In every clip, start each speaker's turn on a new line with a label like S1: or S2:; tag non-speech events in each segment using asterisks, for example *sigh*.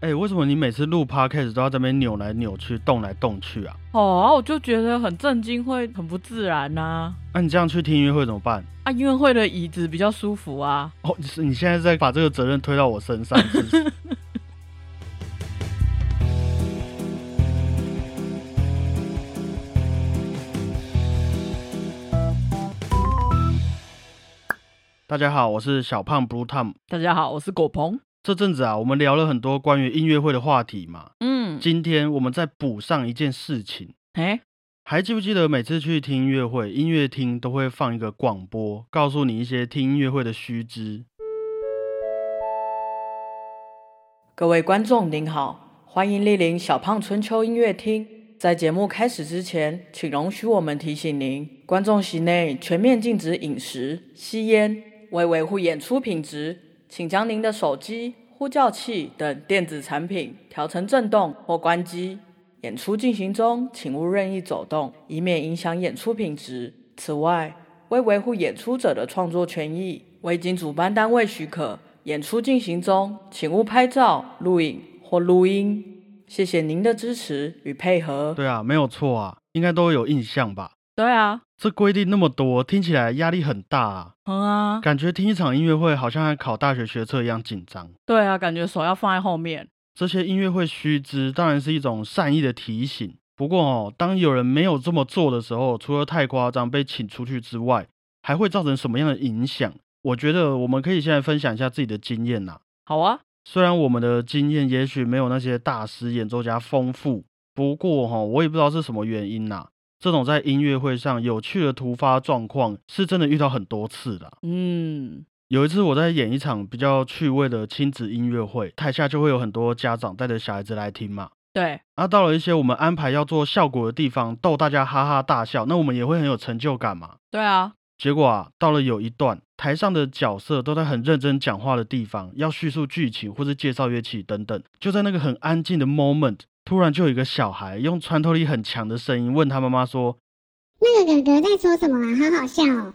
S1: 哎、为什么你每次录 podcast 都要在那边扭来扭去、动来动去啊？
S2: 哦，啊我就觉得很震惊，会很不自然呐、
S1: 那、你这样去听音乐会怎么办？
S2: 啊。音乐会的椅子比较舒服啊。
S1: 哦，你是你现在在把这个责任推到我身上，是不是？大家好，我是小胖 Blue Tom。
S2: 大家好，我是果鹏。
S1: 这阵子啊，我们聊了很多关于音乐会的话题嘛。
S2: 嗯，
S1: 今天我们再补上一件事情，
S2: 哎，
S1: 还记不记得每次去听音乐会，音乐厅都会放一个广播，告诉你一些听音乐会的须知。
S2: 各位观众您好，欢迎莅临小胖春秋音乐厅。在节目开始之前，请容许我们提醒您，观众席内全面禁止饮食、吸烟。为维护演出品质，请将您的手机、呼叫器等电子产品调成震动或关机。演出进行中，请勿任意走动，以免影响演出品质。此外，为维护演出者的创作权益，未经主办单位许可，演出进行中，请勿拍照、录影或录音。谢谢您的支持与配合。
S1: 对啊，没有错啊，应该都有印象吧？
S2: 对啊，
S1: 这规定那么多，听起来压力很大啊，
S2: 嗯啊，
S1: 感觉听一场音乐会好像还考大学学测一样紧张。
S2: 对啊，感觉手要放在后面。
S1: 这些音乐会须知当然是一种善意的提醒，不过哦，当有人没有这么做的时候，除了太夸张被请出去之外，还会造成什么样的影响？我觉得我们可以先来分享一下自己的经验呐、
S2: 好啊，
S1: 虽然我们的经验也许没有那些大师演奏家丰富，不过哈、我也不知道是什么原因呐、这种在音乐会上有趣的突发状况，是真的遇到很多次啦。
S2: 嗯，
S1: 有一次我在演一场比较趣味的亲子音乐会，台下就会有很多家长带着小孩子来听嘛。
S2: 对，
S1: 啊，到了一些我们安排要做效果的地方，逗大家哈哈大笑，那我们也会很有成就感嘛。
S2: 对啊，
S1: 结果啊，到了有一段台上的角色都在很认真讲话的地方，要叙述剧情或是介绍乐器等等，就在那个很安静的 moment，突然就有一个小孩用穿透力很强的声音问他妈妈说
S3: 那个哥哥在说什么啊？好好笑哦！：“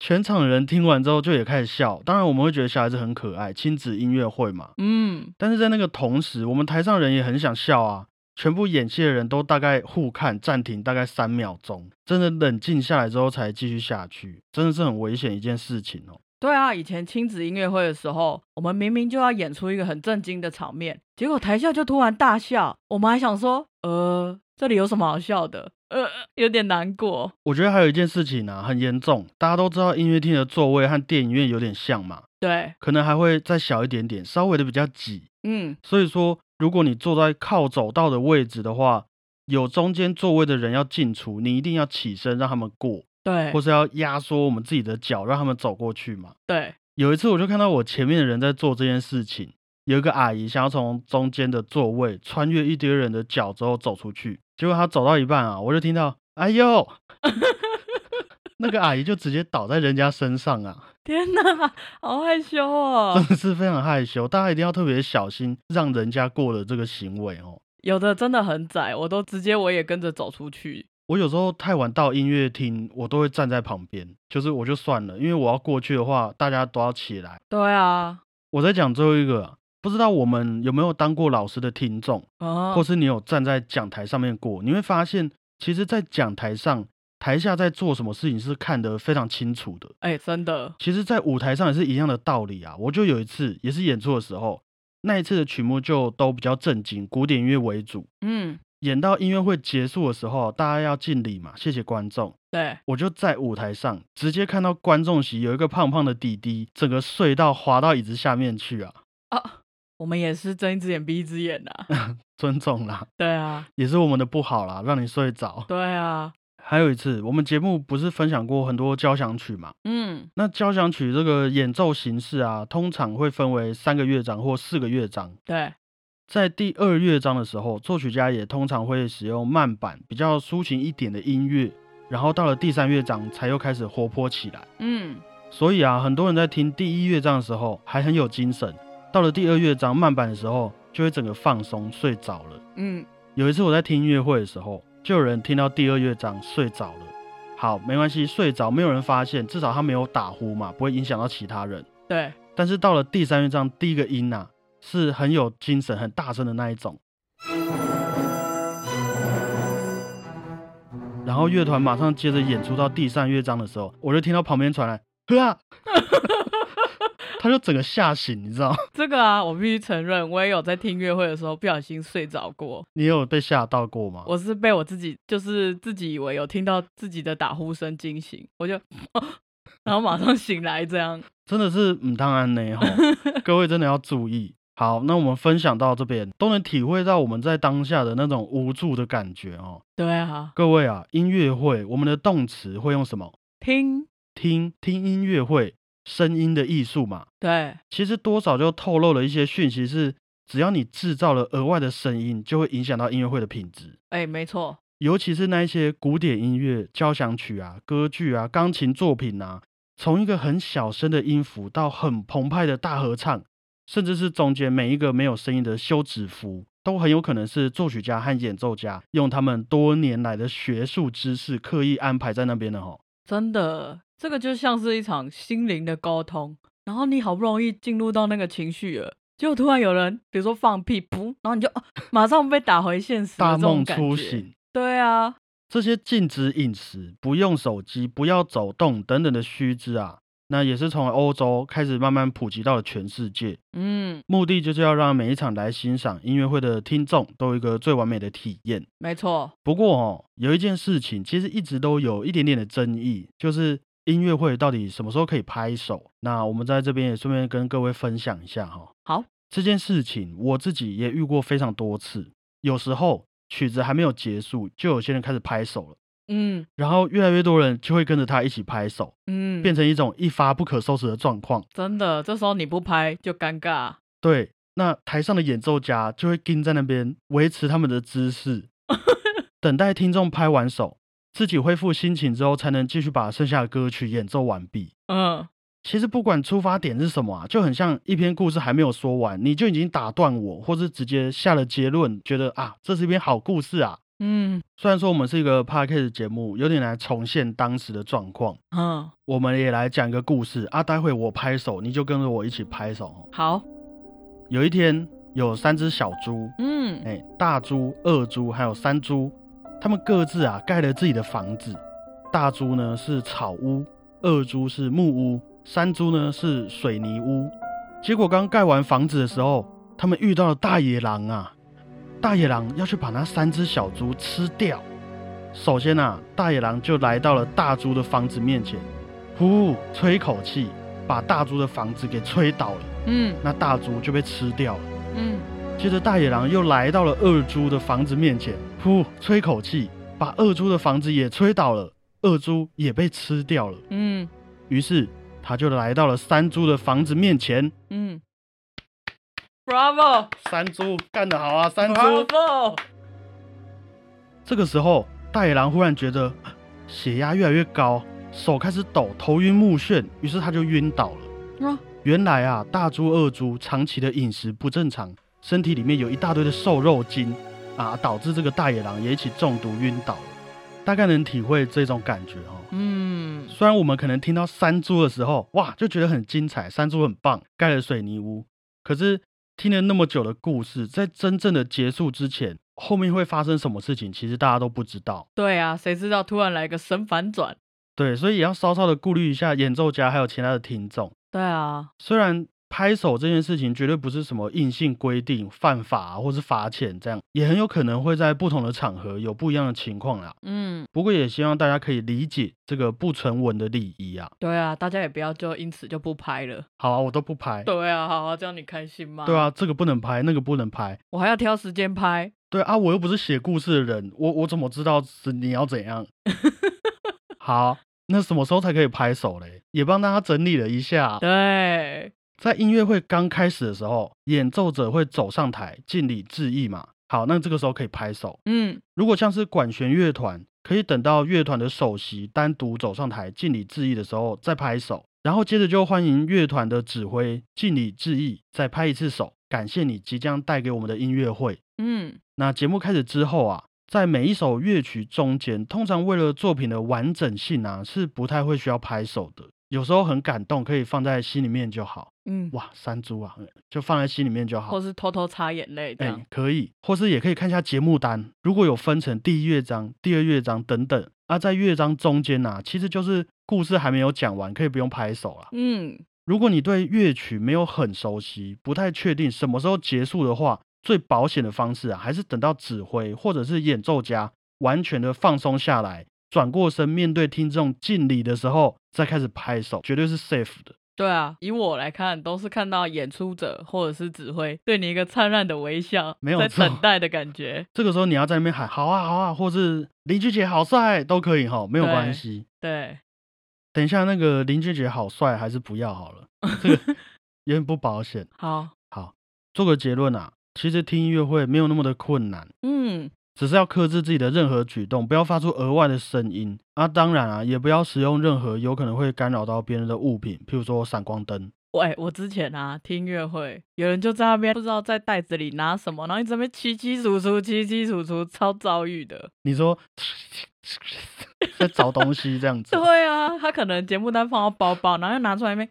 S1: 全场的人听完之后就也开始笑。当然，我们会觉得小孩子很可爱，亲子音乐会嘛。
S2: 嗯，
S1: 但是在那个同时，我们台上人也很想笑啊。全部演戏的人都大概互看暂停大概三秒钟，真的冷静下来之后才继续下去，真的是很危险一件事情哦。
S2: 对啊，以前亲子音乐会的时候，我们明明就要演出一个很震惊的场面，结果台下就突然大笑，我们还想说，呃，这里有什么好笑的？呃，有点难过。
S1: 我觉得还有一件事情啊，很严重，大家都知道音乐厅的座位和电影院有点像嘛，
S2: 对，
S1: 可能还会再小一点点，稍微的比较挤。
S2: 嗯，
S1: 所以说，如果你坐在靠走道的位置的话，有中间座位的人要进出，你一定要起身让他们过，
S2: 对
S1: 或，是要压缩我们自己的脚让他们走过去嘛。
S2: 对， *laughs*
S1: 有一次我就看到我前面的人在做这件事情，有一个阿姨想要从中间的座位穿越一堆人的脚之后走出去，结果她走到一半啊，我就听到“哎呦”，那个阿姨就直接倒在人家身上啊，
S2: 天哪，好害羞哦
S1: *laughs* 真。的是非常害羞，大家一定要特别小心让人家过了这个行为哦。
S2: 有的真的很窄，我都直接我也跟着走出去。
S1: 我有时候太晚到音乐厅，我都会站在旁边，就是我就算了，因为我要过去的话，大家都要起来。
S2: 对啊，
S1: 我在讲最后一个啊，不知道我们有没有当过老师的听众，
S2: 啊
S1: 或，是你有站在讲台上面过，你会发现，其实，在讲台上，台下在做什么事情是看得非常清楚的。
S2: 哎、真的，
S1: 其实，在舞台上也是一样的道理啊。我就有一次也是演出的时候，那一次的曲目就都比较正经，古典音乐为主。
S2: 嗯，
S1: 演到音乐会结束的时候，大家要敬礼嘛，谢谢观众。
S2: 对，
S1: 我就在舞台上直接看到观众席有一个胖胖的弟弟，整个睡到滑到椅子下面去啊！
S2: 啊，我们也是睁一只眼闭一只眼呐、啊
S1: *laughs* 尊重啦，
S2: 对啊，
S1: 也是我们的不好啦，让你睡着。
S2: 对啊，
S1: 还有一次，我们节目不是分享过很多交响曲嘛？
S2: 嗯，
S1: 那交响曲这个演奏形式啊，通常会分为三个乐章或四个乐章。
S2: 对，
S1: 在第二乐章的时候，作曲家也通常会使用慢板，比较抒情一点的音乐，然后到了第三乐章才又开始活泼起来。
S2: 嗯，
S1: 所以啊，很多人在听第一乐章的时候还很有精神，到了第二乐章慢板的时候，就会整个放松睡着了。
S2: 嗯，
S1: 有一次我在听音乐会的时候，就有人听到第二乐章睡着了。好，没关系，睡着没有人发现，至少他没有打呼嘛，不会影响到其他人。
S2: 对。
S1: 但是到了第三乐章第一个音呐、是很有精神、很大声的那一种。然后乐团马上接着演出到第三乐章的时候，我就听到旁边传来 *laughs* “呵啊”，他就整个吓醒，你知道？
S2: 这个啊，我必须承认，我也有在听音乐会的时候不小心睡着过。
S1: 你有被吓到过吗？
S2: 我是被我自己，就是自己以为有听到自己的打呼声惊醒，我就， *laughs* 然后马上醒来，这样。
S1: 真的是嗯，当然呢吼，各位真的要注意。好，那我们分享到这边，都能体会到我们在当下的那种无助的感觉哦。
S2: 对啊，
S1: 各位啊，音乐会我们的动词会用什么？
S2: 听，
S1: 听听音乐会，声音的艺术嘛。
S2: 对，
S1: 其实多少就透露了一些讯息是，只要你制造了额外的声音，就会影响到音乐会的品质。
S2: 哎，没错，
S1: 尤其是那一些古典音乐、交响曲啊、歌剧啊、钢琴作品啊，从一个很小声的音符到很澎湃的大合唱，甚至是中间每一个没有声音的休止符，都很有可能是作曲家和演奏家用他们多年来的学术知识刻意安排在那边的吼。
S2: 真的，这个就像是一场心灵的沟通。然后你好不容易进入到那个情绪了，结果突然有人，比如说放屁，噗，然后你就、 *laughs* 啊马上被打回现实，
S1: 大梦初。醒，
S2: 对啊，
S1: 这些禁止饮食、不用手机、不要走动等等的须知啊，那也是从欧洲开始慢慢普及到了全世界。
S2: 嗯，
S1: 目的就是要让每一场来欣赏音乐会的听众都有一个最完美的体验。
S2: 没错，
S1: 不过哦，有一件事情其实一直都有一点点的争议，就是音乐会到底什么时候可以拍手？那我们在这边也顺便跟各位分享一下哈、
S2: 好，
S1: 这件事情我自己也遇过非常多次，有时候曲子还没有结束，就有些人开始拍手了，
S2: 嗯
S1: 然后越来越多人就会跟着他一起拍手，
S2: 嗯，
S1: 变成一种一发不可收拾的状况。
S2: 真的，这时候你不拍就尴尬。
S1: 对，那台上的演奏家就会跟在那边维持他们的姿势，等待听众拍完手，自己恢复心情之后，才能继续把剩下的歌曲演奏完毕。
S2: 嗯，
S1: 其实不管出发点是什么啊，就很像一篇故事还没有说完，你就已经打断我，或是直接下了结论，觉得啊，这是一篇好故事啊。
S2: 嗯
S1: 虽然说我们是一个 podcast 节目，有点来重现当时的状况，
S2: 嗯，
S1: 我们也来讲一个故事啊。待会我拍手，你就跟着我一起拍手哦。
S2: 好，
S1: 有一天，有三只小猪，
S2: 嗯
S1: 哎，大猪、二猪还有三猪，他们各自啊盖了自己的房子。大猪呢是草屋，二猪是木屋，三猪呢是水泥屋。结果刚盖完房子的时候，他们遇到了大野狼啊！大野狼要去把那三只小猪吃掉。首先啊，大野狼就来到了大猪的房子面前，呼，吹一口气，把大猪的房子给吹倒了，
S2: 嗯
S1: 那大猪就被吃掉了。
S2: 嗯
S1: 接着大野狼又来到了二猪的房子面前，噗，吹口气，把二猪的房子也吹倒了，二猪也被吃掉了。
S2: 嗯
S1: 于是他就来到了三猪的房子面前，
S2: 嗯，Bravo
S1: *laughs* 三猪干得好啊，三猪！
S2: Bravo， *laughs*
S1: 这个时候大野狼忽然觉得啊血压越来越高，手开始抖，头晕目眩，于是他就晕倒了。
S2: 啊
S1: 原来啊，大猪、二猪长期的饮食不正常，身体里面有一大堆的瘦肉精啊，导致这个大野狼也一起中毒晕倒了。大概能体会这种感觉哦。
S2: 嗯
S1: 虽然我们可能听到山猪的时候，哇，就觉得很精彩，山猪很棒，盖了水泥屋。可是听了那么久的故事，在真正的结束之前，后面会发生什么事情，其实大家都不知道。
S2: 对啊，谁知道突然来个神反转？
S1: 对，所以也要稍稍的顾虑一下演奏家还有其他的听众。
S2: 对啊，
S1: 虽然拍手这件事情绝对不是什么硬性规定、犯法、啊、或是罚钱这样，也很有可能会在不同的场合有不一样的情况啦。
S2: 嗯，
S1: 不过也希望大家可以理解这个不成文的礼仪啊。
S2: 对啊，大家也不要就因此就不拍了。
S1: 好啊，我都不拍。
S2: 对啊，好啊，这样你开心吗？
S1: 对啊，，这个不能拍，那个不能拍。
S2: 我还要挑时间拍。
S1: 对啊，我又不是写故事的人，我我怎么知道是你要怎样？好，那什么时候才可以拍手嘞？也帮大家整理了一下。
S2: 对，
S1: 在音乐会刚开始的时候，演奏者会走上台敬礼致意嘛。好，那这个时候可以拍手。
S2: 嗯
S1: 如果像是管弦乐团，可以等到乐团的首席单独走上台敬礼致意的时候再拍手，然后接着就欢迎乐团的指挥敬礼致意，再拍一次手，感谢你即将带给我们的音乐会。
S2: 嗯
S1: 那节目开始之后啊，在每一首乐曲中间，通常为了作品的完整性啊，是不太会需要拍手的。有时候很感动，可以放在心里面就好。
S2: 嗯，
S1: 哇，山猪啊，就放在心里面就好
S2: 或。是偷偷擦眼泪这
S1: 哎、
S2: 样。
S1: 可以，或是也可以看一下节目单，如果有分成第一乐章、第二乐章等等啊，在乐章中间呐、其实就是故事还没有讲完，可以不用拍手啦。
S2: 嗯，
S1: 如果你对乐曲没有很熟悉，不太确定什么时候结束的话，最保险的方式啊，还是等到指挥或者是演奏家完全的放松下来，转过身面对听众敬礼的时候，再开始拍手，绝对是 safe 的。
S2: 对啊，以我来看，都是看到演出者或者是指挥对你一个灿烂的微笑，
S1: 没有
S2: 在
S1: 错
S2: 等待的感觉。
S1: 这个时候你要在那边喊好啊好啊，或是邻居姐好帅都可以哈，没有关
S2: 对
S1: 系。
S2: 对，
S1: 等一下那个邻居姐好帅还是不要好了，这个有点不保险。
S2: 好，
S1: 做个结论啊，其实听音乐会没有那么的困难。
S2: 嗯，
S1: 只是要克制自己的任何举动，不要发出额外的声音啊！当然啊，也不要使用任何有可能会干扰到别人的物品，譬如说闪光灯。
S2: 喂，我之前啊听音乐会，有人就在那边不知道在袋子里拿什么，然后一直在那边七七楚楚、七七楚楚，超遭遇的。
S1: 你
S2: *laughs*
S1: 说在找东西这样子，
S2: 对啊，他可能节目单放到包包，然后又拿出来那边，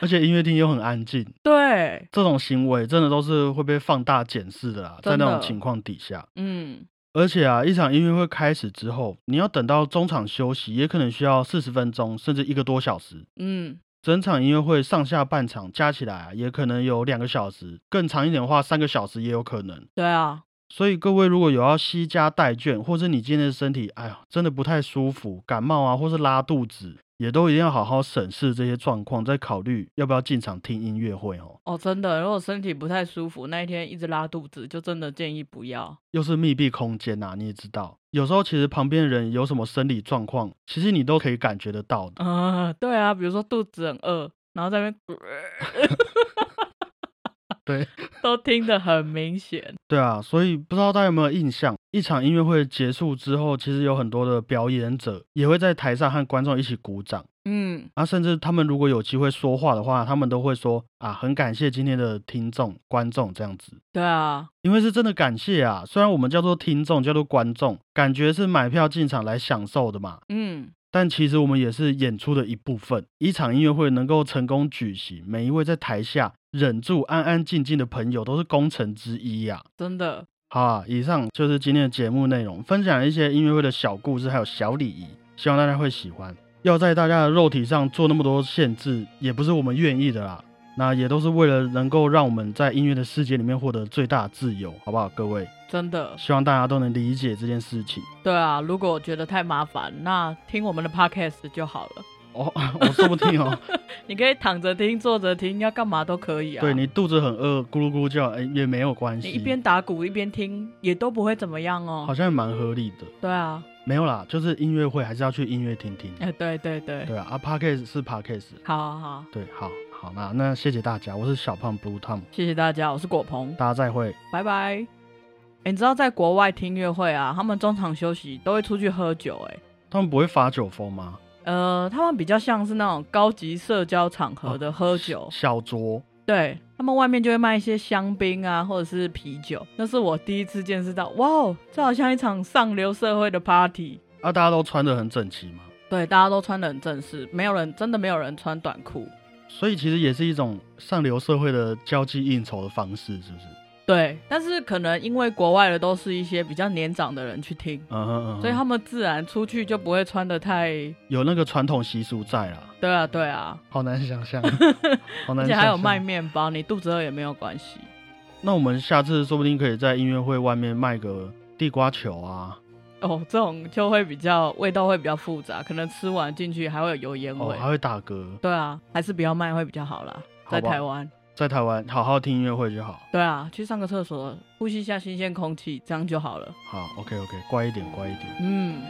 S1: 而且音乐厅又很安静，
S2: 对，
S1: 这种行为真的都是会被放大检视的啦，在
S2: 真的
S1: 那种情况底下。
S2: 嗯，
S1: 而且啊，一场音乐会开始之后，你要等到中场休息，也可能需要四十分钟，甚至一个多小时。
S2: 嗯，
S1: 整场音乐会上下半场加起来、啊、也可能有两个小时，更长一点的话，三个小时也有可能。
S2: 对啊，
S1: 所以各位如果有要惜家带眷，或是你今天的身体，哎呀，真的不太舒服，感冒啊，或是拉肚子，也都一定要好好审视这些状况，再考虑要不要进场听音乐会哦。
S2: 哦，真的，如果身体不太舒服，那一天一直拉肚子，就真的建议不要。
S1: 又是密闭空间呐、你也知道，有时候其实旁边的人有什么生理状况，其实你都可以感觉得到
S2: *laughs*
S1: 的。
S2: 啊、对啊，比如说肚子很饿，然后在那边 *sniffs*
S1: 对，
S2: 都听得很明显。
S1: 对啊，所以不知道大家有没有印象，一场音乐会结束之后，其实有很多的表演者也会在台上和观众一起鼓掌。
S2: 嗯，
S1: 啊，甚至他们如果有机会说话的话，他们都会说啊，很感谢今天的听众、观众这样子，
S2: 对啊，
S1: 因为是真的感谢啊。虽然我们叫做听众，叫做观众，感觉是买票进场来享受的嘛，
S2: 嗯，
S1: 但其实我们也是演出的一部分。一场音乐会能够成功举行，每一位在台下忍住安安静静的朋友，都是功臣之一啊呀、
S2: 真的，
S1: 好啊，以上就是今天的节目内容，分享了一些音乐会的小故事，还有小礼仪，希望大家会喜欢。要在大家的肉体上做那么多限制，也不是我们愿意的啦。那也都是为了能够让我们在音乐的世界里面获得最大的自由，好不好，各位？
S2: 真的，
S1: 希望大家都能理解这件事情。
S2: 对啊。如果觉得太麻烦，那听我们的 podcast 就好了。
S1: 哦， *laughs* 我说不定
S2: *laughs*
S1: 哦，
S2: 你可以躺着听，坐着听，要干嘛都可以啊。
S1: 对你肚子很饿，咕噜咕噜叫，哎、也没有关系，
S2: 你一边打鼓一边听，也都不会怎么样
S1: 好
S2: 哦。
S1: 像也蛮合理的。
S2: 对啊，
S1: 没有啦，就是音乐会还是要去音乐厅听。
S2: 哎、对对对，
S1: 对啊，啊 p a c k a s e 是 p a c k a s e
S2: 好好好，
S1: 对，好好那那谢谢大家，我是小胖 Blue Tom，
S2: 谢谢大家，我是果鹏，
S1: 大家再会。
S2: 拜拜。哎、你知道在国外听音乐会啊，他们中场休息都会出去喝酒、哎。
S1: 他们不会发酒疯吗？
S2: 呃，他们比较像是那种高级社交场合的喝酒，
S1: 小酌，
S2: 对他们外面就会卖一些香槟啊，或者是啤酒。那是我第一次见识到，哇哦，这好像一场上流社会的 party。
S1: 啊，大家都穿得很整齐嘛，
S2: 对，大家都穿的很正式，没有人真的没有人穿短裤。
S1: 所以其实也是一种上流社会的交际应酬的方式，是不是？
S2: 对，但是可能因为国外的都是一些比较年长的人去听，
S1: 嗯哼嗯哼，
S2: 所以他们自然出去就不会穿的太……
S1: 有那个传统习俗在啦，
S2: 对啊，对 *laughs* 啊，
S1: 好难想象，好
S2: 而
S1: 难想象。
S2: 且还有卖面包，你肚子饿也没有关系。
S1: 那我们下次说不定可以在音乐会外面卖个地瓜球啊，
S2: 哦，这种就会比较味道会比较复杂，可能吃完进去还会有油烟
S1: 哦，
S2: 味。
S1: 还会打嗝，
S2: 对啊，还是不要卖会比较好啦，
S1: 好吧
S2: 在台湾。
S1: 在台湾好好听音乐会就好。
S2: 对啊，去上个厕所，呼吸一下新鲜空气，这样就好了。
S1: 好，OK OK，乖一点，乖一点。
S2: 嗯，